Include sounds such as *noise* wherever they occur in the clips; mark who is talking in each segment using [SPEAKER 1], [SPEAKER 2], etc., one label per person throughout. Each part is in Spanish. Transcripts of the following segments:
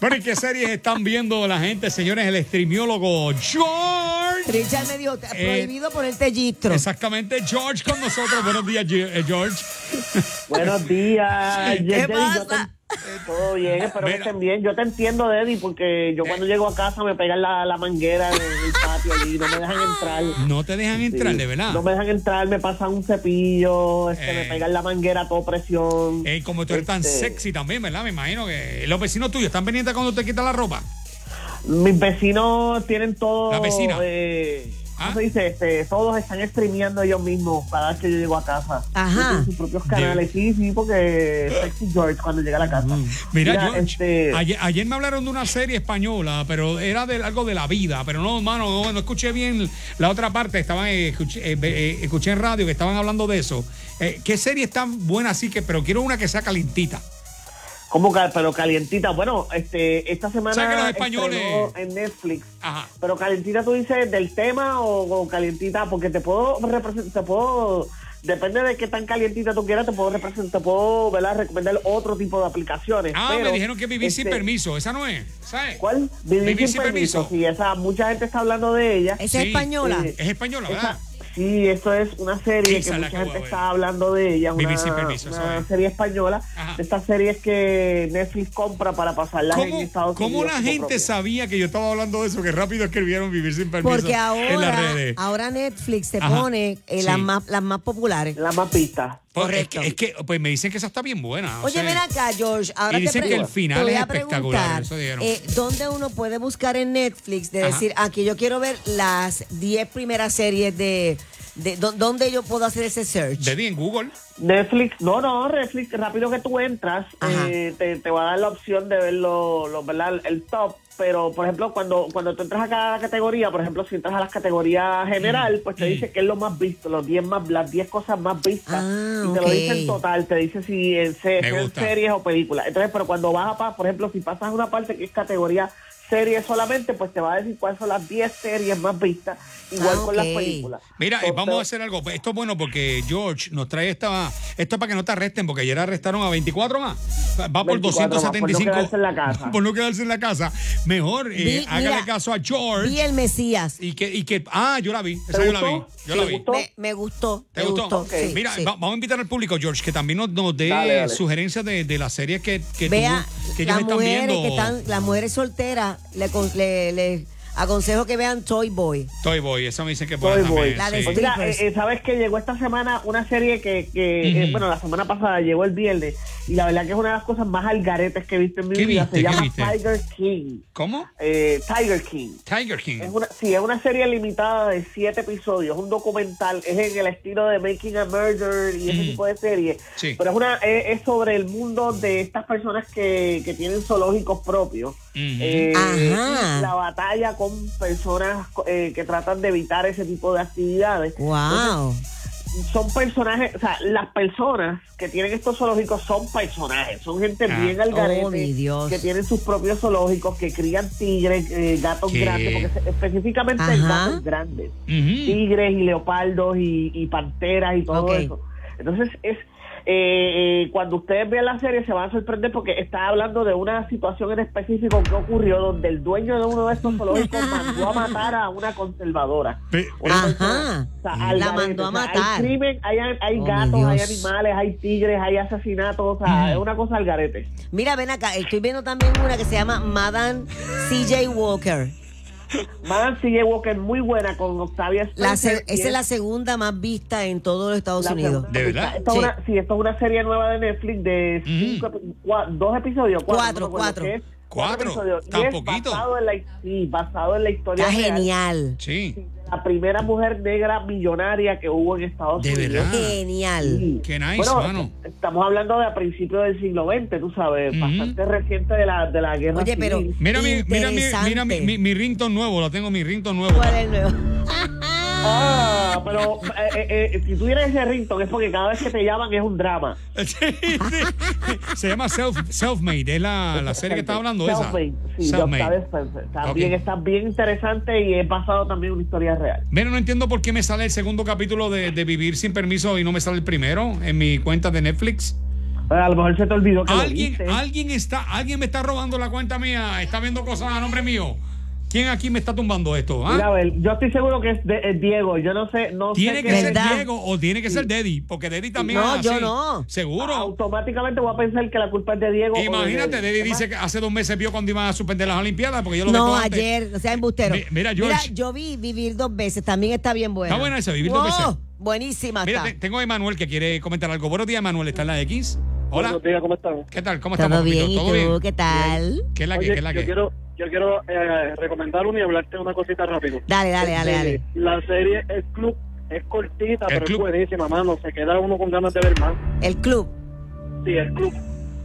[SPEAKER 1] Bueno, ¿y qué series están viendo la gente, señores? El streamiólogo George.
[SPEAKER 2] Richard me dijo,
[SPEAKER 1] Eh,
[SPEAKER 2] prohibido ponerte gistro.
[SPEAKER 1] Exactamente, George con nosotros. Buenos días, Gi- eh, George. *laughs*
[SPEAKER 3] Buenos días.
[SPEAKER 2] ¿Qué
[SPEAKER 3] Yeri,
[SPEAKER 2] pasa?
[SPEAKER 3] yo te- Todo bien, espero que
[SPEAKER 1] Mira. Eh.
[SPEAKER 3] estén bien. Yo te entiendo, Deddy, porque yo cuando llego a casa me pegan la, la manguera en el patio y no me dejan entrar.
[SPEAKER 1] No te dejan entrar, de verdad.
[SPEAKER 3] No me dejan entrar, me pasan un cepillo, este,
[SPEAKER 1] Eh.
[SPEAKER 3] me pegan la manguera a toda presión.
[SPEAKER 1] Eh, como tú eres tan
[SPEAKER 3] Este,
[SPEAKER 1] sexy también, ¿verdad? Me imagino que los vecinos tuyos están pendientes cuando te quitas la ropa.
[SPEAKER 3] Mis vecinos tienen todo.
[SPEAKER 1] La vecina.
[SPEAKER 3] eh, ¿cómo
[SPEAKER 1] Ah.
[SPEAKER 3] se dice? Este, todos están streameando ellos mismos cada vez que yo llego a casa.
[SPEAKER 2] Ajá.
[SPEAKER 3] Tienen sus propios canales. Sí, sí, porque Sexy George cuando llega a la casa.
[SPEAKER 1] Mira, George,
[SPEAKER 3] este,
[SPEAKER 1] ayer, ayer me hablaron de una serie española, pero era de algo de la vida. Pero no, hermano, no, no escuché bien la otra parte. Estaban, eh, escuché, eh, eh, escuché en radio que estaban hablando de eso. Eh, ¿Qué serie es tan buena así que, pero quiero una que sea calentita?
[SPEAKER 3] ¿Cómo cal- pero calientita? Bueno, este, esta semana
[SPEAKER 1] ¿Sabes que los españoles-
[SPEAKER 3] estrenó en Netflix.
[SPEAKER 1] Ajá.
[SPEAKER 3] Pero calientita, tú dices del tema o, o calientita, porque te puedo representar, te puedo, depende de qué tan calientita tú quieras, te puedo representar, te puedo, ¿verdad? Recomendar otro tipo de aplicaciones.
[SPEAKER 1] Ah,
[SPEAKER 3] pero,
[SPEAKER 1] me dijeron que vivir sin
[SPEAKER 3] este,
[SPEAKER 1] permiso. Esa no es, ¿sabes?
[SPEAKER 3] ¿Cuál? Vivir, sin, permiso. Sí, esa, mucha gente está hablando de ella.
[SPEAKER 2] Esa es
[SPEAKER 1] Sí. eh,
[SPEAKER 2] española.
[SPEAKER 3] Sí.
[SPEAKER 1] Es española, ¿verdad?
[SPEAKER 3] Esa- sí, eso es una
[SPEAKER 1] Esa
[SPEAKER 3] serie que
[SPEAKER 1] es la
[SPEAKER 3] mucha
[SPEAKER 1] que voy
[SPEAKER 3] gente
[SPEAKER 1] a ver.
[SPEAKER 3] está hablando de ella.
[SPEAKER 1] Vivir
[SPEAKER 3] Una,
[SPEAKER 1] sin permiso, eso
[SPEAKER 3] una
[SPEAKER 1] es.
[SPEAKER 3] serie española.
[SPEAKER 1] Ajá.
[SPEAKER 3] De estas series que Netflix compra para pasarlas en
[SPEAKER 1] ¿Cómo,
[SPEAKER 3] Estados
[SPEAKER 1] cómo
[SPEAKER 3] Unidos.
[SPEAKER 1] la
[SPEAKER 3] como
[SPEAKER 1] gente
[SPEAKER 3] propia.
[SPEAKER 1] sabía que yo estaba hablando de eso? Que rápido escribieron vivir sin permiso
[SPEAKER 2] Porque
[SPEAKER 1] en las
[SPEAKER 2] ahora, ah,
[SPEAKER 1] redes.
[SPEAKER 2] ahora Netflix te
[SPEAKER 1] Ajá.
[SPEAKER 2] pone eh,
[SPEAKER 1] Sí. Ah,
[SPEAKER 2] las, más, las más populares.
[SPEAKER 3] La mapita.
[SPEAKER 1] Pues,
[SPEAKER 2] Correcto.
[SPEAKER 1] Es que, es que, pues me dicen que esa está bien buena. o
[SPEAKER 2] Oye,
[SPEAKER 1] sea,
[SPEAKER 2] ven acá, George. Ahora
[SPEAKER 1] y dicen
[SPEAKER 2] te
[SPEAKER 1] que el
[SPEAKER 2] pregun-
[SPEAKER 1] final
[SPEAKER 2] te voy
[SPEAKER 1] es
[SPEAKER 2] a preguntar,
[SPEAKER 1] espectacular, eso dijeron.
[SPEAKER 2] eh, ¿Dónde uno puede buscar en Netflix de
[SPEAKER 1] Ajá.
[SPEAKER 2] decir, aquí yo quiero ver las 10 primeras series de, de dó- ¿Dónde yo puedo hacer ese search?
[SPEAKER 1] Deddy en Google.
[SPEAKER 3] Netflix, no, no, Netflix, rápido que tú entras,
[SPEAKER 2] Ajá.
[SPEAKER 3] eh, te, te va a dar la opción de ver lo, lo- ¿verdad? el top, pero por ejemplo, cuando, cuando tú entras a cada categoría, por ejemplo, si entras a la categoría general,
[SPEAKER 2] Mm,
[SPEAKER 3] pues te dice que es lo más visto, los 10 más, las 10 cosas más vistas,
[SPEAKER 2] Ah,
[SPEAKER 3] y te lo
[SPEAKER 2] ok.
[SPEAKER 3] dice en total, te dice si en, se-
[SPEAKER 1] Me
[SPEAKER 3] si en
[SPEAKER 1] gusta.
[SPEAKER 3] series o películas. Entonces, pero cuando vas a, pa- por ejemplo, si pasas a una parte que es categoría series solamente, pues te va a decir cuáles son las 10 series más vistas, igual
[SPEAKER 2] Ah,
[SPEAKER 3] con las
[SPEAKER 2] ok.
[SPEAKER 3] películas.
[SPEAKER 1] Mira, eh,
[SPEAKER 3] Entonces,
[SPEAKER 1] vamos a hacer algo. Esto es bueno porque George nos trae esta. Esto es para que no te arresten, porque ayer arrestaron a 24 más. Va por
[SPEAKER 3] 24 más, por no
[SPEAKER 1] 275.
[SPEAKER 3] quedarse en la
[SPEAKER 1] *laughs*
[SPEAKER 3] casa.
[SPEAKER 1] Por no quedarse en la casa. Mejor eh,
[SPEAKER 2] Vi-
[SPEAKER 1] hágale
[SPEAKER 2] mira,
[SPEAKER 1] caso a George.
[SPEAKER 2] Vi el Mesías.
[SPEAKER 1] Y que, y que. Ah, yo la vi.
[SPEAKER 3] ¿te
[SPEAKER 1] Esa yo la
[SPEAKER 3] gustó?
[SPEAKER 1] vi. Yo
[SPEAKER 3] ¿Te
[SPEAKER 1] la vi.
[SPEAKER 3] gustó?
[SPEAKER 2] Me, me gustó.
[SPEAKER 1] ¿Te
[SPEAKER 2] me
[SPEAKER 1] gustó?
[SPEAKER 2] gustó.
[SPEAKER 3] Ok.
[SPEAKER 2] sí,
[SPEAKER 1] Mira,
[SPEAKER 2] sí.
[SPEAKER 1] va- vamos a invitar al público, George, que también nos, nos dé
[SPEAKER 3] Dale, dale.
[SPEAKER 1] sugerencias de, de las series que, que,
[SPEAKER 2] Vea,
[SPEAKER 1] tú- que ellos
[SPEAKER 2] las
[SPEAKER 1] están
[SPEAKER 2] mujeres
[SPEAKER 1] viendo.
[SPEAKER 2] que están, las mujeres solteras, le, con- le- le aconsejo que vean Toy Boy.
[SPEAKER 1] Toy Boy, esa me dicen que puede
[SPEAKER 3] Toy Boy.
[SPEAKER 1] también.
[SPEAKER 2] La de
[SPEAKER 1] sí.
[SPEAKER 3] Pues mira,
[SPEAKER 2] Strippers.
[SPEAKER 3] eh, eh, sabes que llegó esta semana una serie que, que, eh,
[SPEAKER 1] Ujú.
[SPEAKER 3] bueno, la semana pasada llegó el viernes y la verdad que es una de las cosas más algaretes que he visto en mi
[SPEAKER 1] ¿Qué
[SPEAKER 3] vida.
[SPEAKER 1] viste?
[SPEAKER 3] Se
[SPEAKER 1] ¿Qué
[SPEAKER 3] llama
[SPEAKER 1] viste?
[SPEAKER 3] Tiger King.
[SPEAKER 1] ¿Cómo?
[SPEAKER 3] Eh, Tiger King.
[SPEAKER 1] Tiger King.
[SPEAKER 3] Es una, sí, es una serie limitada de siete episodios, un documental, es en el estilo de Making a Murder y ese
[SPEAKER 1] Mm.
[SPEAKER 3] tipo de serie.
[SPEAKER 1] Sí.
[SPEAKER 3] Pero es, una, es, es sobre el mundo de estas personas que, que tienen zoológicos propios.
[SPEAKER 1] Ujú.
[SPEAKER 3] Eh,
[SPEAKER 2] Ajá.
[SPEAKER 3] y La batalla con personas eh, que tratan de evitar ese tipo de actividades.
[SPEAKER 2] Wow.
[SPEAKER 3] Son personajes, o sea, las personas que tienen estos zoológicos son personajes, son gente
[SPEAKER 1] Ah.
[SPEAKER 3] bien al garete,
[SPEAKER 2] Oh, mi Dios.
[SPEAKER 3] que tienen sus propios zoológicos, que crían tigres, eh, gatos
[SPEAKER 1] ¿Qué?
[SPEAKER 3] grandes, porque se- específicamente
[SPEAKER 2] Ajá.
[SPEAKER 3] gatos grandes
[SPEAKER 1] Ujú.
[SPEAKER 3] tigres y leopardos y, y panteras y todo
[SPEAKER 2] Ok.
[SPEAKER 3] eso. Entonces es eh, eh, cuando ustedes vean la serie se van a sorprender porque está hablando de una situación en específico que ocurrió donde el dueño de uno de estos zoológicos mandó a matar a una conservadora.
[SPEAKER 1] Pe-
[SPEAKER 3] Una
[SPEAKER 2] Ajá.
[SPEAKER 3] persona, al
[SPEAKER 2] La
[SPEAKER 3] garete.
[SPEAKER 2] mandó a
[SPEAKER 3] O sea,
[SPEAKER 2] matar.
[SPEAKER 3] Hay crimen, hay, hay
[SPEAKER 2] Oh, mi
[SPEAKER 3] gatos, hay
[SPEAKER 2] Dios.
[SPEAKER 3] animales, hay tigres, hay asesinatos. O sea,
[SPEAKER 1] Ujú.
[SPEAKER 3] es una cosa al garete.
[SPEAKER 2] Mira, ven acá, estoy viendo también una que se llama Madame CJ Walker.
[SPEAKER 3] Madame C.J. Walker, muy buena con Octavia
[SPEAKER 2] La se-
[SPEAKER 3] Spencer, y
[SPEAKER 2] esa es la segunda más vista en todos los Estados
[SPEAKER 3] La
[SPEAKER 2] Unidos.
[SPEAKER 3] segunda
[SPEAKER 1] ¿De
[SPEAKER 3] vista.
[SPEAKER 1] verdad?
[SPEAKER 3] Esto es
[SPEAKER 2] Sí.
[SPEAKER 3] una- sí, esto es una serie nueva de Netflix de cinco epi- cua- dos episodios.
[SPEAKER 2] Cuatro,
[SPEAKER 3] Cuatro, no me acuerdo
[SPEAKER 2] cuatro.
[SPEAKER 3] qué es.
[SPEAKER 1] Cuatro,
[SPEAKER 3] episodios. Y
[SPEAKER 1] tan
[SPEAKER 3] es
[SPEAKER 1] poquito.
[SPEAKER 3] Basado en la, sí, basado en la historia
[SPEAKER 2] Está
[SPEAKER 3] real
[SPEAKER 2] genial.
[SPEAKER 1] Sí.
[SPEAKER 3] de la primera mujer negra millonaria que hubo en Estados
[SPEAKER 1] De
[SPEAKER 3] Unidos.
[SPEAKER 1] verdad.
[SPEAKER 2] Genial.
[SPEAKER 3] Ah. Sí.
[SPEAKER 1] Qué nice, mano.
[SPEAKER 3] Estamos hablando de a principios del siglo XX, tú sabes,
[SPEAKER 1] Ujú.
[SPEAKER 3] bastante reciente de la, de la guerra
[SPEAKER 2] Oye, pero-
[SPEAKER 3] civil.
[SPEAKER 1] Mira mi, mira mi, mira mi,
[SPEAKER 2] Interesante.
[SPEAKER 1] mi, mi ringtone nuevo, lo tengo mi ringtone nuevo.
[SPEAKER 2] ¿Cuál es el nuevo?
[SPEAKER 3] Ah, pero eh, eh, eh, si tú tienes ese ringtone es porque cada vez que te llaman es un drama.
[SPEAKER 1] *laughs* Sí, sí. Se llama Self, Selfmade, es la, la serie que estaba hablando esa.
[SPEAKER 3] Selfmade, sí, de Octavia
[SPEAKER 1] Selfmade.
[SPEAKER 3] Spencer. Está,
[SPEAKER 1] Ok.
[SPEAKER 3] bien, está bien interesante y es basado también en una historia real.
[SPEAKER 1] Mira, no entiendo por qué me sale el segundo capítulo de, de Vivir sin permiso y no me sale el primero en mi cuenta de Netflix.
[SPEAKER 3] A lo mejor se te olvidó que lo
[SPEAKER 1] ¿Alguien,
[SPEAKER 3] viste.
[SPEAKER 1] alguien, está, alguien me está robando la cuenta mía, está viendo cosas a nombre mío. ¿Quién aquí me está tumbando esto? ah?
[SPEAKER 3] Mira, a ver, yo estoy seguro que es, de- es Diego. Yo no sé, no
[SPEAKER 1] Tiene
[SPEAKER 3] sé
[SPEAKER 1] que
[SPEAKER 3] qué-
[SPEAKER 1] ser
[SPEAKER 2] ¿Verdad?
[SPEAKER 1] Diego o tiene que ser Deddy, porque Deddy también
[SPEAKER 2] No,
[SPEAKER 1] es
[SPEAKER 2] yo
[SPEAKER 1] así.
[SPEAKER 2] no. Ah,
[SPEAKER 1] Seguro.
[SPEAKER 3] Automáticamente voy a pensar que la culpa es de Diego. o de
[SPEAKER 1] Imagínate, Deddy dice que hace dos meses vio cuando iban a suspender las Olimpiadas, porque yo lo
[SPEAKER 2] No,
[SPEAKER 1] veo antes.
[SPEAKER 2] ayer, o sea, embustero.
[SPEAKER 1] Mi- mira, George.
[SPEAKER 2] yo vi Vivir dos veces, también está bien buena.
[SPEAKER 1] Está buena esa, Vivir dos veces.
[SPEAKER 2] Buenísima
[SPEAKER 1] Mira,
[SPEAKER 2] está.
[SPEAKER 1] te- tengo a Emanuel que quiere comentar algo. Buenos días, Emanuel. ¿Está en la X? Hola.
[SPEAKER 4] Buenos días, ¿cómo están?
[SPEAKER 1] ¿Qué tal? ¿Cómo estamos?
[SPEAKER 2] Todo bien, ¿y
[SPEAKER 1] papito?
[SPEAKER 2] tú? ¿Qué tal?
[SPEAKER 1] ¿Qué es la que?
[SPEAKER 4] Oye,
[SPEAKER 1] ¿Qué es la
[SPEAKER 4] yo
[SPEAKER 1] que?
[SPEAKER 4] quiero, yo quiero eh, recomendar uno y hablarte una cosita rápido.
[SPEAKER 2] Dale, dale, dale,
[SPEAKER 4] Eh,
[SPEAKER 2] dale.
[SPEAKER 4] La serie El Club es cortita,
[SPEAKER 1] El
[SPEAKER 4] pero
[SPEAKER 1] Club.
[SPEAKER 4] es buenísima, mano. Se queda uno con ganas de ver más.
[SPEAKER 2] El club,
[SPEAKER 4] Sí, El Club.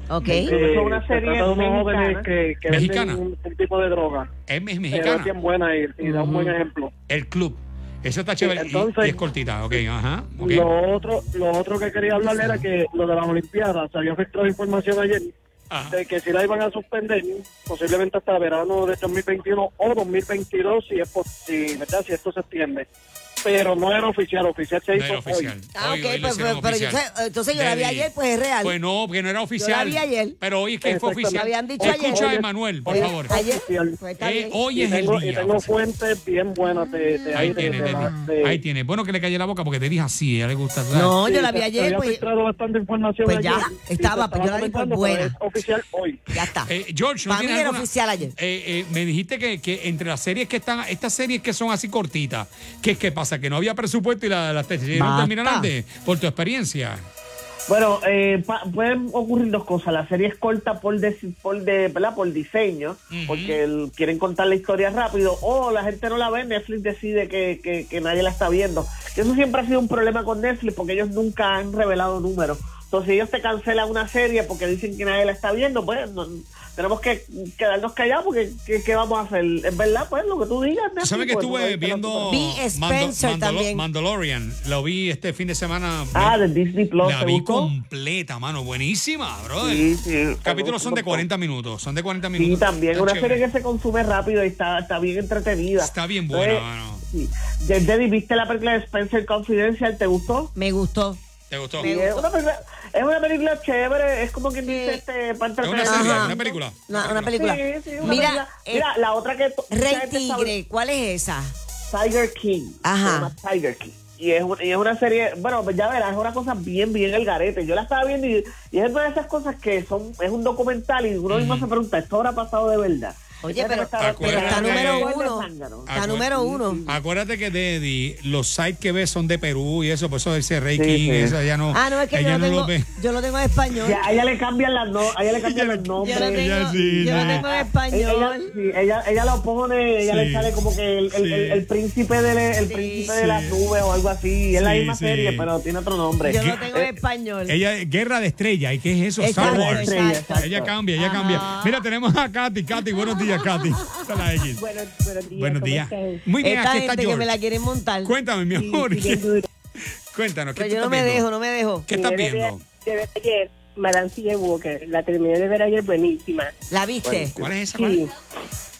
[SPEAKER 2] ¿ok?
[SPEAKER 4] Eh,
[SPEAKER 3] Es una
[SPEAKER 4] se
[SPEAKER 3] serie
[SPEAKER 4] trata de unos jóvenes
[SPEAKER 3] mexicana.
[SPEAKER 4] que, que
[SPEAKER 1] Mexicana.
[SPEAKER 4] venden un, un tipo de droga.
[SPEAKER 1] Es me-
[SPEAKER 4] Pero es bien
[SPEAKER 1] mexicana.
[SPEAKER 4] buena y, y da un buen ejemplo.
[SPEAKER 1] El club. Eso está chévere. y-
[SPEAKER 4] entonces-
[SPEAKER 1] y, es cortita. Ok, ajá. ok.
[SPEAKER 4] Lo otro lo otro que quería hablarle era que lo de las Olimpiadas, se había filtrado información ayer
[SPEAKER 1] Ajá.
[SPEAKER 4] de que si la iban a suspender, posiblemente hasta verano de 2021 o 2022, si, es pos- si, ¿verdad? si esto se extiende. Pero no era oficial, oficial se
[SPEAKER 1] No
[SPEAKER 4] hizo
[SPEAKER 1] era oficial.
[SPEAKER 4] hoy.
[SPEAKER 2] Ah,
[SPEAKER 1] Hoy-
[SPEAKER 2] ok,
[SPEAKER 1] hoy lo
[SPEAKER 2] pues,
[SPEAKER 1] hicieron
[SPEAKER 2] pero yo
[SPEAKER 1] oficial.
[SPEAKER 2] sé- entonces yo la vi
[SPEAKER 1] Debbie.
[SPEAKER 2] ayer, pues, es real.
[SPEAKER 1] Pues no, porque no era oficial.
[SPEAKER 2] vi ayer.
[SPEAKER 1] Pero hoy es que fue
[SPEAKER 4] Exactamente.
[SPEAKER 1] oficial.
[SPEAKER 2] Habían dicho ayer.
[SPEAKER 1] Escucha,
[SPEAKER 4] Oye,
[SPEAKER 1] Emanuel, por
[SPEAKER 4] oye,
[SPEAKER 1] favor.
[SPEAKER 4] ay,
[SPEAKER 2] Ayer, pues, está
[SPEAKER 1] Eh,
[SPEAKER 2] bien.
[SPEAKER 1] hoy
[SPEAKER 4] Y
[SPEAKER 1] es el
[SPEAKER 4] tengo, y
[SPEAKER 1] día.
[SPEAKER 4] tengo fuentes bien buenas de, de
[SPEAKER 1] Ahí
[SPEAKER 4] ahí, de-
[SPEAKER 1] tiene,
[SPEAKER 4] de la-
[SPEAKER 1] Debbie.
[SPEAKER 4] de-
[SPEAKER 1] Ahí tiene. Bueno que le calle la boca porque te dije así, a ella le gusta. hablar.
[SPEAKER 2] No,
[SPEAKER 4] sí,
[SPEAKER 2] yo la vi
[SPEAKER 4] se- se
[SPEAKER 2] ayer,
[SPEAKER 4] había
[SPEAKER 2] pues
[SPEAKER 4] filtrado bastante información
[SPEAKER 2] pues
[SPEAKER 4] ayer
[SPEAKER 2] ya
[SPEAKER 4] y se
[SPEAKER 2] estaba, pues yo la di por
[SPEAKER 4] comentando,
[SPEAKER 2] buena.
[SPEAKER 4] pero es oficial hoy.
[SPEAKER 2] ya está.
[SPEAKER 1] Eh, George, ¿no
[SPEAKER 2] Para mí
[SPEAKER 1] tienes
[SPEAKER 2] era
[SPEAKER 1] alguna-
[SPEAKER 2] oficial ayer.
[SPEAKER 1] Eh, eh, me dijiste que, que entre las series que están, estas series que son así cortitas, ¿qué, qué pasa? ¿Que no había presupuesto y la- las no
[SPEAKER 2] Basta.
[SPEAKER 1] terminan antes? Por tu experiencia.
[SPEAKER 3] Bueno, eh, pa- pueden ocurrir dos cosas. La serie es corta por de, por, de, ¿verdad? por diseño, porque el- quieren contar la historia rápido, o la gente no la ve, Netflix decide que, que- que nadie la está viendo. Y eso siempre ha sido un problema con Netflix, porque ellos nunca han revelado números. Entonces, si ellos te cancelan una serie porque dicen que nadie la está viendo, pues no- tenemos que quedarnos callados, porque ¿qué, qué vamos a hacer? Es verdad, pues lo que tú digas.
[SPEAKER 1] Tú
[SPEAKER 3] Netflix,
[SPEAKER 1] sabes que
[SPEAKER 3] pues, no
[SPEAKER 1] estuve
[SPEAKER 3] viste la
[SPEAKER 1] viendo
[SPEAKER 3] otra.
[SPEAKER 2] Vi Spencer también.
[SPEAKER 1] Mandalorian. Lo vi este fin de semana.
[SPEAKER 3] Ah, de Disney Plus.
[SPEAKER 1] la
[SPEAKER 3] ¿te
[SPEAKER 1] vi
[SPEAKER 3] gustó?
[SPEAKER 1] completa, mano. Buenísima, brother.
[SPEAKER 3] Sí, sí.
[SPEAKER 1] Capítulos son de
[SPEAKER 3] Gustó.
[SPEAKER 1] 40 minutos. Son de 40 minutos.
[SPEAKER 3] Sí, también
[SPEAKER 1] Está
[SPEAKER 3] una
[SPEAKER 1] chévere.
[SPEAKER 3] serie que se consume rápido y está, está bien entretenida.
[SPEAKER 1] Está bien buena,
[SPEAKER 3] Entonces,
[SPEAKER 1] mano.
[SPEAKER 3] sí. De- Debbie, ¿viste la película de Spencer Confidential? ¿Te gustó?
[SPEAKER 2] Me gustó.
[SPEAKER 1] ¿Te gustó?
[SPEAKER 2] Me
[SPEAKER 3] Sí,
[SPEAKER 1] Es
[SPEAKER 3] es, una película, es una película chévere, es como que dice este, para
[SPEAKER 1] una
[SPEAKER 3] entretener.
[SPEAKER 1] serie,
[SPEAKER 2] Ajá.
[SPEAKER 1] una película.
[SPEAKER 2] Una, una
[SPEAKER 3] Sí,
[SPEAKER 2] película.
[SPEAKER 3] sí,
[SPEAKER 2] Mira,
[SPEAKER 3] una película.
[SPEAKER 2] eh,
[SPEAKER 3] Mira, la otra que. to- mucha
[SPEAKER 2] Rey
[SPEAKER 3] gente sabe-
[SPEAKER 2] Tigre, ¿cuál es esa?
[SPEAKER 3] Tiger King.
[SPEAKER 2] Ajá.
[SPEAKER 3] Se llama Tiger King. Y es, un- y es una serie, bueno, pues ya verás, es una cosa bien, bien el garete. Yo la estaba viendo y, y es una de esas cosas que son es un documental y uno mismo se pregunta, ¿esto habrá pasado de verdad?
[SPEAKER 2] Oye,
[SPEAKER 3] Ya te
[SPEAKER 2] pero-
[SPEAKER 3] estaba-
[SPEAKER 1] pero está
[SPEAKER 3] estaba-
[SPEAKER 1] número
[SPEAKER 3] estaba-
[SPEAKER 2] uno.
[SPEAKER 3] Zángano.
[SPEAKER 2] La
[SPEAKER 1] Acuérdate-
[SPEAKER 2] número uno.
[SPEAKER 1] Acuérdate que Deddy, los sites que ve son de Perú y eso, por eso dice Rey
[SPEAKER 3] Sí,
[SPEAKER 1] King,
[SPEAKER 3] sí.
[SPEAKER 1] eso ya no.
[SPEAKER 2] Ah, no, es que yo
[SPEAKER 1] ella
[SPEAKER 2] lo tengo,
[SPEAKER 1] lo ve.
[SPEAKER 2] yo lo tengo en español.
[SPEAKER 3] Ya, a ella le cambian las no, a ella
[SPEAKER 1] *laughs*
[SPEAKER 3] le cambian los
[SPEAKER 2] Yo
[SPEAKER 3] nombres.
[SPEAKER 2] lo tengo,
[SPEAKER 1] ya sí,
[SPEAKER 2] yo lo
[SPEAKER 1] ya.
[SPEAKER 2] tengo en
[SPEAKER 3] Ella, ella,
[SPEAKER 2] español.
[SPEAKER 3] sí, ella, ella lo pone, ella
[SPEAKER 1] Sí.
[SPEAKER 3] le sale como que el, el-
[SPEAKER 1] Sí.
[SPEAKER 3] el- el príncipe, de, el príncipe de las nubes o algo así. Es la
[SPEAKER 1] Sí,
[SPEAKER 3] misma
[SPEAKER 1] sí.
[SPEAKER 3] serie, pero tiene otro nombre.
[SPEAKER 2] Yo lo tengo en español.
[SPEAKER 1] Ella, Guerra de Estrella, ¿y qué es eso?
[SPEAKER 2] Exacto,
[SPEAKER 1] Star Wars.
[SPEAKER 2] exacto.
[SPEAKER 1] Ella cambia, ella cambia. Mira, tenemos a Katy, Katy, buenos días,
[SPEAKER 2] *laughs*
[SPEAKER 1] Katy. Hasta la X.
[SPEAKER 5] Buenos, buenos días.
[SPEAKER 1] *laughs* Buenos
[SPEAKER 5] ¿cómo
[SPEAKER 1] días.
[SPEAKER 5] estás?
[SPEAKER 1] Muy bien,
[SPEAKER 2] Esta
[SPEAKER 1] aquí está
[SPEAKER 2] gente que me la
[SPEAKER 1] George.
[SPEAKER 2] quieren montar.
[SPEAKER 1] Cuéntame, mi
[SPEAKER 5] Sí,
[SPEAKER 1] amor.
[SPEAKER 5] sí, bien duro.
[SPEAKER 1] *laughs* Cuéntanos, ¿qué
[SPEAKER 2] Pero
[SPEAKER 1] tú
[SPEAKER 2] Pues yo no
[SPEAKER 1] estás
[SPEAKER 2] me dejo,
[SPEAKER 1] viendo?
[SPEAKER 2] no me dejo.
[SPEAKER 1] ¿Qué estás
[SPEAKER 5] Yo de ver-
[SPEAKER 1] viendo?
[SPEAKER 5] De ver ayer, Madame C. Walker. La terminé de ver ayer, buenísima.
[SPEAKER 2] ¿La viste?
[SPEAKER 1] ¿Cuál es esa? cuál
[SPEAKER 5] Sí.
[SPEAKER 1] es?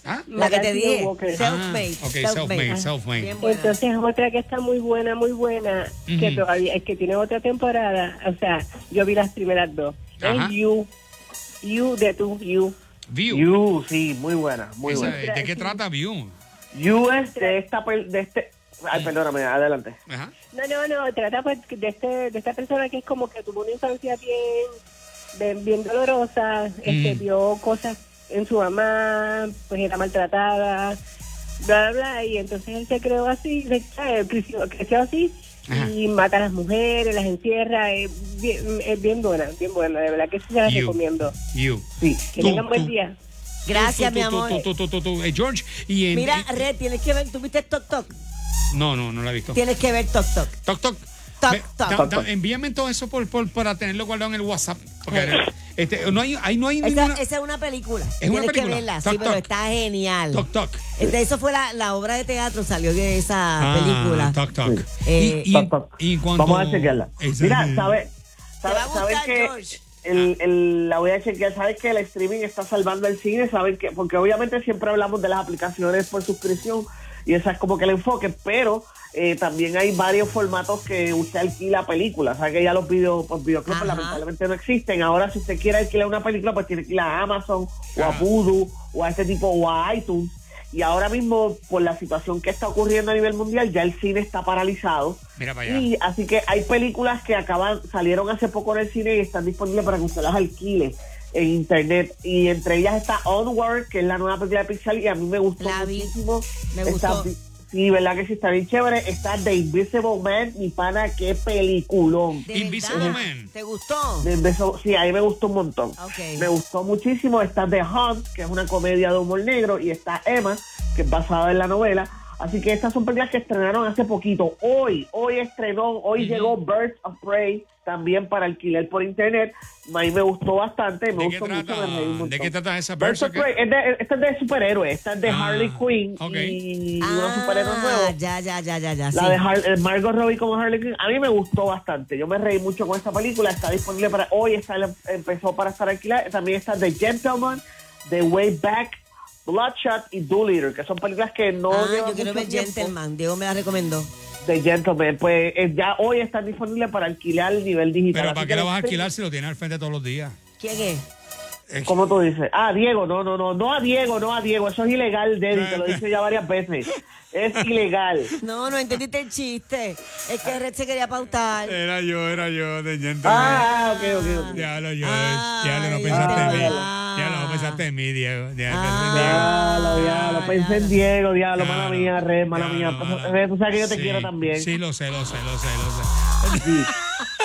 [SPEAKER 1] ¿Ah?
[SPEAKER 2] La que te
[SPEAKER 5] Madame C.
[SPEAKER 2] dije.
[SPEAKER 5] Walker.
[SPEAKER 2] Self-made.
[SPEAKER 1] Ah, ok, self-made, self-made.
[SPEAKER 2] Bien buena.
[SPEAKER 5] Entonces, otra que está muy buena, muy buena, que
[SPEAKER 1] Ujú.
[SPEAKER 5] todavía que tiene otra temporada. O sea, yo vi las primeras dos.
[SPEAKER 1] Ajá.
[SPEAKER 5] Es You. You de tu You.
[SPEAKER 1] View.
[SPEAKER 3] You, sí, muy buena, muy
[SPEAKER 1] Esa-
[SPEAKER 3] buena.
[SPEAKER 1] ¿De qué trata View?
[SPEAKER 3] You es de esta, pel- de este, ay, perdóname, adelante.
[SPEAKER 1] Ajá.
[SPEAKER 5] No, no, no. Trata pues de, este, de esta persona que es como que tuvo una infancia bien, bien, bien dolorosa. Este,
[SPEAKER 1] Mm.
[SPEAKER 5] vio cosas en su mamá, pues era maltratada, bla, bla, bla. Y entonces él se creó así, se- eh, creció, creció así.
[SPEAKER 1] Ajá.
[SPEAKER 5] Y mata a las mujeres, las encierra. Es bien, es bien buena, bien buena. De verdad que sí se la
[SPEAKER 1] You.
[SPEAKER 5] recomiendo.
[SPEAKER 1] You.
[SPEAKER 3] Sí.
[SPEAKER 5] Que
[SPEAKER 1] Tú,
[SPEAKER 5] tengan buen
[SPEAKER 1] tú.
[SPEAKER 5] día.
[SPEAKER 2] Gracias,
[SPEAKER 1] Tú,
[SPEAKER 2] mi
[SPEAKER 1] tú, tú,
[SPEAKER 2] amor.
[SPEAKER 1] tú, tú, tú, tú, eh, George, y en-
[SPEAKER 2] Mira,
[SPEAKER 1] y-
[SPEAKER 2] Red, tienes que ver, ¿tú viste Tok Tok?
[SPEAKER 1] No, no, no la he visto.
[SPEAKER 2] Tienes que ver Tok Tok.
[SPEAKER 1] Toc, toc.
[SPEAKER 2] Toc,
[SPEAKER 1] Ve,
[SPEAKER 2] toc.
[SPEAKER 1] da-
[SPEAKER 2] Toc,
[SPEAKER 1] da-
[SPEAKER 3] toc.
[SPEAKER 1] envíame todo eso por, por- para tenerlo guardado en el WhatsApp. Porque este, no hay, ahí no hay
[SPEAKER 2] Esa,
[SPEAKER 1] ninguna.
[SPEAKER 2] esa es una película.
[SPEAKER 1] Es una
[SPEAKER 2] Tienes que
[SPEAKER 1] película.
[SPEAKER 2] verla,
[SPEAKER 1] Toc,
[SPEAKER 2] sí, pero
[SPEAKER 1] toc.
[SPEAKER 2] está genial.
[SPEAKER 1] Toc, toc.
[SPEAKER 2] De eso fue la, la obra de teatro, salió de esa
[SPEAKER 1] Ah,
[SPEAKER 2] película.
[SPEAKER 1] Toc, toc.
[SPEAKER 2] Eh,
[SPEAKER 1] y, y,
[SPEAKER 3] Toc, toc.
[SPEAKER 1] y cuando-
[SPEAKER 3] Vamos a chequearla.
[SPEAKER 1] Esa-
[SPEAKER 3] Mira, ¿sabes?
[SPEAKER 2] Te va a
[SPEAKER 3] ¿Sabes
[SPEAKER 2] gustar, George. Ah.
[SPEAKER 3] que el, el- la voy a chequear? ¿Sabes que el streaming está salvando el cine? ¿Sabes que Porque obviamente siempre hablamos de las aplicaciones por suscripción y esa es como que el enfoque, pero eh, también hay varios formatos que usted alquila películas. O sea que ya los video, los videoclubs pues,
[SPEAKER 2] Ajá.
[SPEAKER 3] lamentablemente no existen. Ahora, si usted quiere alquilar una película, pues tiene que ir a Amazon o a
[SPEAKER 1] Ah.
[SPEAKER 3] Vudu o a este tipo o a iTunes. Y ahora mismo, por la situación que está ocurriendo a nivel mundial, ya el cine está paralizado.
[SPEAKER 1] Mira para allá.
[SPEAKER 3] Y así que hay películas que acaban, salieron hace poco en el cine y están disponibles para que usted las alquile en internet. Y entre ellas está Onward, que es la nueva película de Pixar, y a mí me gustó
[SPEAKER 2] La vi.
[SPEAKER 3] muchísimo.
[SPEAKER 2] Me
[SPEAKER 3] Está
[SPEAKER 2] gustó.
[SPEAKER 3] bi- sí, verdad que sí, está bien chévere. Está The Invisible Man, mi pana, qué peliculón.
[SPEAKER 2] ¿De
[SPEAKER 1] Invisible
[SPEAKER 2] verdad?
[SPEAKER 1] Man.
[SPEAKER 2] ¿Te gustó?
[SPEAKER 3] The Invisible- sí, ahí me gustó un montón.
[SPEAKER 2] Ok.
[SPEAKER 3] Me gustó muchísimo. Está The Hunt, que es una comedia de humor negro, y está Emma, que es basada en la novela. Así que estas son películas que estrenaron hace poquito. Hoy, hoy estrenó, hoy llegó Birds of Prey, también para alquiler por internet. A mí me gustó bastante, me
[SPEAKER 1] ¿De qué
[SPEAKER 3] gustó mucho.
[SPEAKER 1] trata?
[SPEAKER 3] me reí un montón.
[SPEAKER 1] ¿De qué trata esa
[SPEAKER 3] Birds
[SPEAKER 1] persona?
[SPEAKER 3] of Prey, es de- esta es de superhéroes, esta es de
[SPEAKER 1] Ah,
[SPEAKER 3] Harley Quinn
[SPEAKER 1] ok.
[SPEAKER 3] y unos
[SPEAKER 2] Ah,
[SPEAKER 3] superhéroes nuevos.
[SPEAKER 2] ya, ya, ya, ya, ya.
[SPEAKER 3] La
[SPEAKER 2] sí.
[SPEAKER 3] de Har- eh, Margot Robbie como Harley Quinn, a mí me gustó bastante. Yo me reí mucho con esta película. Está disponible para hoy, está, empezó para estar alquilada. También está The Gentleman, The Way Back, Bloodshot y Doolittle, que son películas que no.
[SPEAKER 2] ah,
[SPEAKER 3] llevan
[SPEAKER 2] yo quiero
[SPEAKER 3] mucho
[SPEAKER 2] ver
[SPEAKER 3] *laughs* tiempo.
[SPEAKER 2] Gentleman. Diego me la recomendó.
[SPEAKER 3] The Gentleman, pues eh, ya hoy está disponible para alquilar a nivel digital.
[SPEAKER 1] Pero
[SPEAKER 3] Así
[SPEAKER 1] ¿para
[SPEAKER 3] que
[SPEAKER 1] qué la vas a
[SPEAKER 3] sí.
[SPEAKER 1] alquilar si lo tienes al frente todos los días?
[SPEAKER 2] ¿Quién es?
[SPEAKER 1] Es-
[SPEAKER 3] ¿Cómo tú dices? Ah, Diego, no, no, no, no a Diego, no a Diego, eso es ilegal, Debbie, te lo he dicho ya varias veces.
[SPEAKER 1] *laughs*
[SPEAKER 3] Es ilegal.
[SPEAKER 2] No, no entendiste el chiste. Es que Red se quería pautar.
[SPEAKER 3] Eh,
[SPEAKER 1] Era yo, era yo, de gentleman.
[SPEAKER 3] Ah, ok, ok, ok.
[SPEAKER 1] Ya lo yo,
[SPEAKER 2] Ay,
[SPEAKER 1] ya lo no pensaste en mí.
[SPEAKER 2] ah.
[SPEAKER 1] Ya lo pensaste en mí, Diego. Ya,
[SPEAKER 2] Ah.
[SPEAKER 3] Diablo, diablo,
[SPEAKER 2] Ah,
[SPEAKER 3] pensé
[SPEAKER 2] diablo.
[SPEAKER 3] en Diego, diablo,
[SPEAKER 1] Diego.
[SPEAKER 3] mala
[SPEAKER 1] Diablo,
[SPEAKER 3] mía, Red, mala
[SPEAKER 1] diablo,
[SPEAKER 3] mía.
[SPEAKER 1] mala-
[SPEAKER 3] Red, tú sabes que yo te
[SPEAKER 1] Sí,
[SPEAKER 3] quiero también.
[SPEAKER 1] Sí, lo sé, lo sé, lo sé, lo sé.
[SPEAKER 3] Sí.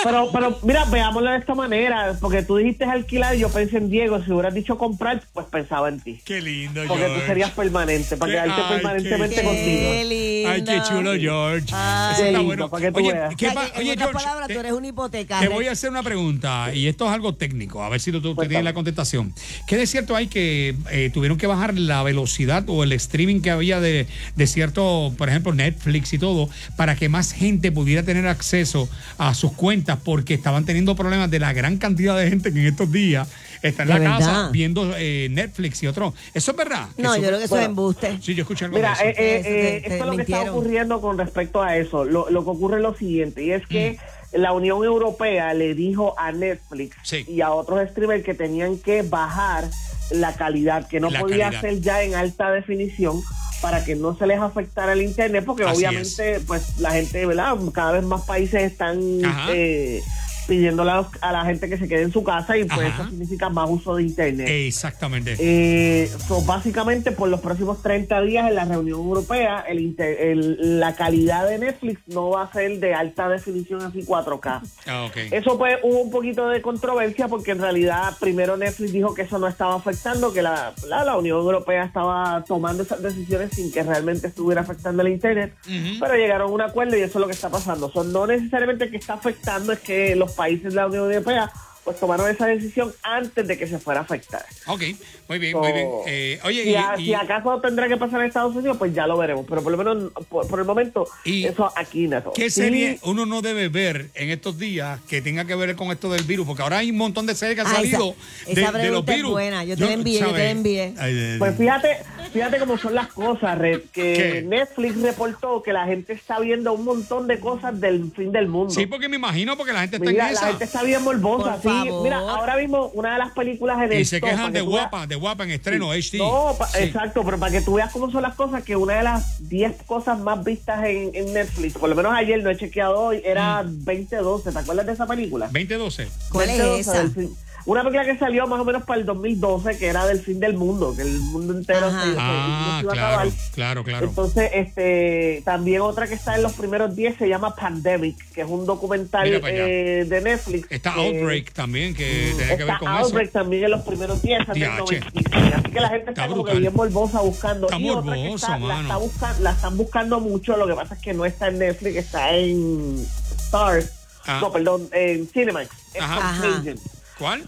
[SPEAKER 3] Pero, pero, mira, veámoslo de esta manera, porque tú dijiste alquilar y yo pensé en Diego. Si hubieras dicho comprar, pues pensaba en ti.
[SPEAKER 1] Qué lindo,
[SPEAKER 3] Porque
[SPEAKER 1] George.
[SPEAKER 3] tú serías permanente, para
[SPEAKER 1] Qué-
[SPEAKER 3] quedarte
[SPEAKER 1] ay,
[SPEAKER 3] permanentemente
[SPEAKER 1] qué-
[SPEAKER 3] este contigo.
[SPEAKER 2] lindo.
[SPEAKER 1] Ay, qué chulo, George.
[SPEAKER 2] Ay.
[SPEAKER 1] Eso está
[SPEAKER 3] Lindo,
[SPEAKER 1] bueno.
[SPEAKER 3] para que tú
[SPEAKER 1] Oye,
[SPEAKER 3] veas.
[SPEAKER 1] ¿qué
[SPEAKER 2] O sea,
[SPEAKER 1] pa-
[SPEAKER 2] que, en
[SPEAKER 1] Oye,
[SPEAKER 2] otras
[SPEAKER 1] George, eh,
[SPEAKER 2] palabras,
[SPEAKER 1] te-
[SPEAKER 3] eh,
[SPEAKER 2] tú eres una hipoteca.
[SPEAKER 1] Te
[SPEAKER 2] Red.
[SPEAKER 1] voy a hacer una pregunta y esto es algo técnico, a ver si tú, tú
[SPEAKER 3] Cuéntame.
[SPEAKER 1] tienes la contestación. ¿Qué de cierto hay que eh, tuvieron que bajar la velocidad o el streaming que había de, de cierto, por ejemplo, Netflix y todo, para que más gente pudiera tener acceso a sus cuentas porque estaban teniendo problemas de la gran cantidad de gente que en estos días está en
[SPEAKER 2] De
[SPEAKER 1] la casa
[SPEAKER 2] verdad.
[SPEAKER 1] viendo eh, Netflix y otro? ¿Eso es verdad?
[SPEAKER 2] No, yo creo que eso es
[SPEAKER 3] Bueno,
[SPEAKER 2] embuste.
[SPEAKER 1] Sí, yo escuché algo
[SPEAKER 3] Mira,
[SPEAKER 1] de eso.
[SPEAKER 3] eh, eh,
[SPEAKER 2] Eso
[SPEAKER 3] eh,
[SPEAKER 2] te- te
[SPEAKER 3] esto es lo que está
[SPEAKER 2] mintieron.
[SPEAKER 3] ocurriendo con respecto a eso. Lo, lo que ocurre es lo siguiente, y es que la Unión Europea le dijo a Netflix
[SPEAKER 1] Mm. Sí.
[SPEAKER 3] y a otros streamers que tenían que bajar la calidad, que no
[SPEAKER 1] La
[SPEAKER 3] podía
[SPEAKER 1] calidad.
[SPEAKER 3] ser ya en alta definición para que no se les afectara el internet, porque
[SPEAKER 1] Así
[SPEAKER 3] obviamente pues la gente, ¿verdad? Cada vez más países están
[SPEAKER 1] Ajá.
[SPEAKER 3] eh, pidiéndole a, los- a la gente que se quede en su casa y
[SPEAKER 1] Ajá.
[SPEAKER 3] pues eso significa más uso de internet.
[SPEAKER 1] Exactamente.
[SPEAKER 3] Eh, so, básicamente, por los próximos 30 días en la reunión europea, el inter- el- la calidad de Netflix no va a ser de alta definición, así 4K.
[SPEAKER 1] Ah, ok.
[SPEAKER 3] Eso pues hubo un poquito de controversia porque en realidad primero Netflix dijo que eso no estaba afectando, que la, la, la Unión Europea estaba tomando esas decisiones sin que realmente estuviera afectando el Internet, pero llegaron a un acuerdo y eso es lo que está pasando. Son no necesariamente que está afectando es que los países de la Unión Europea pues tomaron esa decisión antes de que se fuera a afectar.
[SPEAKER 1] Ok, muy bien, muy bien.
[SPEAKER 3] So,
[SPEAKER 1] Eh, oye,
[SPEAKER 3] Si, a-
[SPEAKER 1] y- y-
[SPEAKER 3] si acaso tendrá que pasar en Estados Unidos, pues ya lo veremos. Pero por lo menos, por, por el momento,
[SPEAKER 1] Y-
[SPEAKER 3] eso aquí no.
[SPEAKER 1] ¿Qué
[SPEAKER 3] Sí,
[SPEAKER 1] serie uno no debe ver en estos días que tenga que ver con esto del virus? Porque ahora hay un montón de series que han
[SPEAKER 2] Ah, esa-
[SPEAKER 1] salido
[SPEAKER 2] esa
[SPEAKER 1] de, de los
[SPEAKER 2] pregunta es
[SPEAKER 1] virus.
[SPEAKER 2] buena. Yo te la envié, yo te la
[SPEAKER 1] ¿sabes?
[SPEAKER 2] envié.
[SPEAKER 1] Ay, ay, ay.
[SPEAKER 3] Pues fíjate, fíjate cómo son las cosas, Red, que
[SPEAKER 1] ¿Qué?
[SPEAKER 3] Netflix reportó que la gente está viendo un montón de cosas del fin del mundo.
[SPEAKER 1] sí, porque me imagino porque la gente está
[SPEAKER 3] Mira,
[SPEAKER 1] en
[SPEAKER 3] la
[SPEAKER 1] esa.
[SPEAKER 3] gente está bien morbosa.
[SPEAKER 2] Por
[SPEAKER 3] sí.
[SPEAKER 2] favor.
[SPEAKER 3] mira, ahora mismo una de las películas en el
[SPEAKER 1] y se
[SPEAKER 3] top,
[SPEAKER 1] quejan
[SPEAKER 3] para que
[SPEAKER 1] de
[SPEAKER 3] tú veas-
[SPEAKER 1] guapa, de guapa en estreno, HD.
[SPEAKER 3] No, pa-
[SPEAKER 1] Sí.
[SPEAKER 3] exacto, pero para que tú veas cómo son las cosas, que una de las 10 cosas más vistas en, en Netflix, por lo menos ayer no he chequeado hoy, era
[SPEAKER 1] Mm.
[SPEAKER 3] 2012. ¿Te acuerdas de esa película?
[SPEAKER 1] 2012.
[SPEAKER 2] ¿Cuál es
[SPEAKER 3] 2012,
[SPEAKER 2] esa?
[SPEAKER 3] del fin- Una película que salió más o menos para el 2012, que era del fin del mundo, que el mundo entero
[SPEAKER 2] Ajá.
[SPEAKER 3] se, se-
[SPEAKER 1] Ah,
[SPEAKER 3] se iba a acabar.
[SPEAKER 1] claro, claro, claro.
[SPEAKER 3] Entonces, este, también otra que está en los primeros 10 se llama Pandemic, que es un documental
[SPEAKER 1] Mira para allá.
[SPEAKER 3] eh, de Netflix.
[SPEAKER 1] Está
[SPEAKER 3] que-
[SPEAKER 1] Outbreak también, que Eh, tenía que
[SPEAKER 3] Está
[SPEAKER 1] ver con
[SPEAKER 3] Outbreak
[SPEAKER 1] eso.
[SPEAKER 3] también en los primeros 10 hasta el
[SPEAKER 1] Diache.
[SPEAKER 3] 95. Así que la gente está,
[SPEAKER 1] Está
[SPEAKER 3] como
[SPEAKER 1] brutal.
[SPEAKER 3] que bien morbosa buscando.
[SPEAKER 1] Está
[SPEAKER 3] y otra que
[SPEAKER 1] morboso,
[SPEAKER 3] está, la,
[SPEAKER 1] mano.
[SPEAKER 3] está busca- la están buscando mucho. Lo que pasa es que no está en Netflix, está en Stars.
[SPEAKER 1] Ah.
[SPEAKER 3] No, perdón, en Cinemax. Es
[SPEAKER 1] Ajá.
[SPEAKER 3] Contagion.
[SPEAKER 1] ¿Cuál?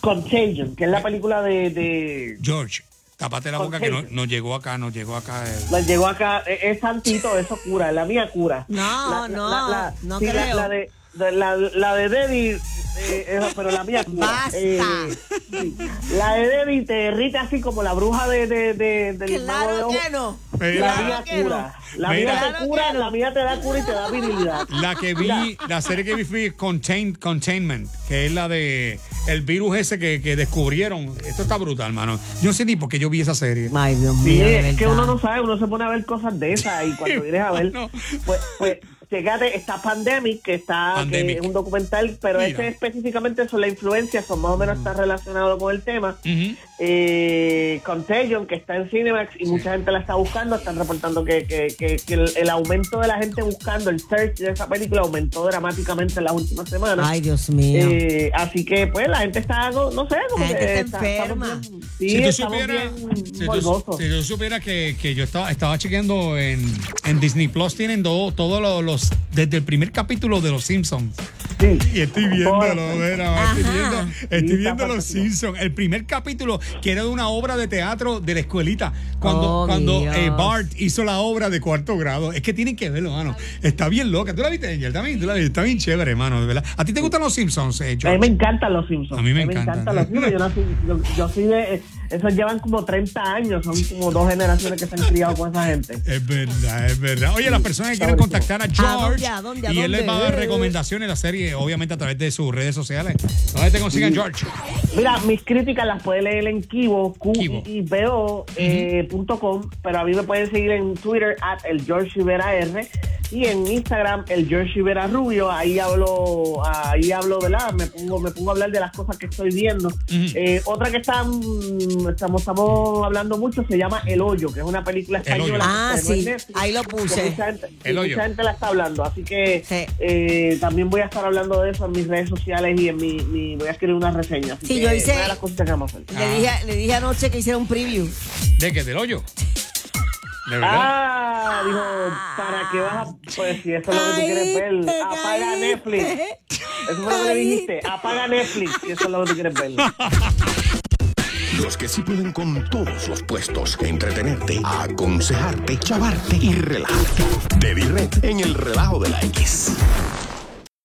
[SPEAKER 3] Contagion, que es la película de. de
[SPEAKER 1] George, tapate la boca que no,
[SPEAKER 3] Contagion.
[SPEAKER 1] no llegó acá, no llegó acá. eh.
[SPEAKER 3] la E-, llegó acá, eh, es Santito, eso cura, la mía cura.
[SPEAKER 2] No, no, no
[SPEAKER 3] sí, la-
[SPEAKER 2] creo.
[SPEAKER 3] la de- La, la de Debbie, eh, eh, pero la mía. cura.
[SPEAKER 2] Basta.
[SPEAKER 3] sí. La de Debbie te irrita así como la bruja de, de, de- del mago de
[SPEAKER 2] Claro
[SPEAKER 3] ojo.
[SPEAKER 2] que no.
[SPEAKER 3] La
[SPEAKER 1] Mira,
[SPEAKER 3] mía
[SPEAKER 2] Claro que
[SPEAKER 3] cura. La
[SPEAKER 1] Mira.
[SPEAKER 3] mía
[SPEAKER 2] Claro
[SPEAKER 3] te cura,
[SPEAKER 2] que no.
[SPEAKER 3] la mía te da cura y
[SPEAKER 2] *laughs*
[SPEAKER 3] te da virilidad.
[SPEAKER 1] la que vi, la serie que vi fue Contain- Containment, que es la de el virus ese que, que descubrieron. Esto está brutal, hermano. Yo no sé ni por qué yo vi esa serie.
[SPEAKER 2] Ay, Dios
[SPEAKER 3] Sí,
[SPEAKER 2] mío. de
[SPEAKER 3] es que
[SPEAKER 2] verdad.
[SPEAKER 3] uno no sabe, uno se pone a ver cosas de esas y cuando vienes a ver,
[SPEAKER 1] No.
[SPEAKER 3] pues, pues fíjate, está Pandemic, que está
[SPEAKER 1] Pandemic.
[SPEAKER 3] que es un documental, pero
[SPEAKER 1] Mira. Mm.
[SPEAKER 3] este específicamente sobre la influencia, son más o menos está relacionado con el tema.
[SPEAKER 1] Ujú.
[SPEAKER 3] Eh, Contagion, que está en Cinemax y mucha gente la está buscando, están reportando que, que- que- que el, el aumento de la gente buscando el search de esa película aumentó dramáticamente en las últimas semanas.
[SPEAKER 2] Ay, Dios mío.
[SPEAKER 3] Eh, así que pues la gente está no, no sé como
[SPEAKER 2] La gente
[SPEAKER 3] que
[SPEAKER 2] está
[SPEAKER 3] está- estamos
[SPEAKER 2] enferma.
[SPEAKER 3] bien- sí,
[SPEAKER 1] si tú
[SPEAKER 3] estamos
[SPEAKER 1] supieras
[SPEAKER 3] bien
[SPEAKER 1] si tú,
[SPEAKER 3] morbosos.
[SPEAKER 1] si tú supieras que, que yo estaba, estaba chequeando en, en Disney Plus, tienen do- todos los, los- desde el primer capítulo de Los Simpsons.
[SPEAKER 3] Sí.
[SPEAKER 1] Y estoy viéndolo, mira, estoy
[SPEAKER 2] Ajá.
[SPEAKER 1] viendo,
[SPEAKER 3] Sí,
[SPEAKER 1] estoy
[SPEAKER 3] está
[SPEAKER 1] viendo Los
[SPEAKER 3] fantástico.
[SPEAKER 1] Simpsons, el primer capítulo que era de una obra de teatro de la escuelita, cuando,
[SPEAKER 2] Oh,
[SPEAKER 1] cuando
[SPEAKER 2] Dios.
[SPEAKER 1] eh, Bart hizo la obra de cuarto grado. Es que tienen que verlo, mano. Está bien loca. ¿Tú la viste, Angel? También, tú la viste. Está bien chévere, mano, de verdad. ¿A ti te gustan Los Simpsons, eh,
[SPEAKER 3] A
[SPEAKER 1] George?
[SPEAKER 3] mí me encantan los Simpsons.
[SPEAKER 1] A mí me encantan. ¿eh?
[SPEAKER 3] encantan los Simpsons. Yo, nací- yo- yo soy de. eh, Esos llevan como 30 años. Son como dos generaciones que se han criado con esa gente.
[SPEAKER 1] Es verdad, es verdad. Oye, las personas que
[SPEAKER 3] Está
[SPEAKER 1] quieren
[SPEAKER 3] buenísimo.
[SPEAKER 1] contactar a
[SPEAKER 2] ¿A
[SPEAKER 1] George
[SPEAKER 2] dónde, a dónde, a
[SPEAKER 1] y él les va a dar
[SPEAKER 2] dónde?
[SPEAKER 1] recomendaciones de la serie, obviamente a través de sus redes sociales. ¿Dónde te consiguen, George?
[SPEAKER 3] Mira, mis críticas las puede leer en Kibo, q
[SPEAKER 1] Kibo.
[SPEAKER 3] i b o eh, punto com, pero a mí me pueden seguir en Twitter, at el George Rivera R, y en Instagram, el George Rivera Rubio. Ahí hablo, ahí hablo, ¿verdad? Me pongo, me pongo a hablar de las cosas que estoy viendo. Eh, otra que está, mm, estamos, estamos hablando mucho se llama El Hoyo, que es una película
[SPEAKER 1] El Hoyo.
[SPEAKER 3] española. que
[SPEAKER 2] Ah,
[SPEAKER 3] estrenó en
[SPEAKER 2] sí.
[SPEAKER 3] Netflix,
[SPEAKER 2] Ahí lo
[SPEAKER 3] que
[SPEAKER 2] puse.
[SPEAKER 3] mucha gente,
[SPEAKER 1] El
[SPEAKER 3] sí,
[SPEAKER 1] Hoyo.
[SPEAKER 3] mucha gente la está hablando, así que
[SPEAKER 2] Sí.
[SPEAKER 3] eh, también voy a estar hablando de eso en mis redes sociales y en mi, mi- voy a escribir unas reseñas. así
[SPEAKER 2] Sí,
[SPEAKER 3] que
[SPEAKER 2] yo hice-
[SPEAKER 3] una de las cosas que vamos a hacer.
[SPEAKER 2] Le dije, le dije anoche que hiciera un preview.
[SPEAKER 1] ¿De qué? ¿Del hoyo? ¿De verdad?
[SPEAKER 3] Ah, dijo, ¿para qué vas a.? Pues si eso es lo que tú
[SPEAKER 2] Ahí
[SPEAKER 3] quieres
[SPEAKER 2] te
[SPEAKER 3] ver, apaga
[SPEAKER 2] caíste.
[SPEAKER 3] Netflix. Eso fue lo que le
[SPEAKER 2] Ahí
[SPEAKER 3] dijiste, apaga Netflix, si eso es lo que tú quieres ver.
[SPEAKER 6] Los que sí pueden con todos los puestos, entretenerte, aconsejarte, chavarte y relajarte. Didi Red en el relajo de la X.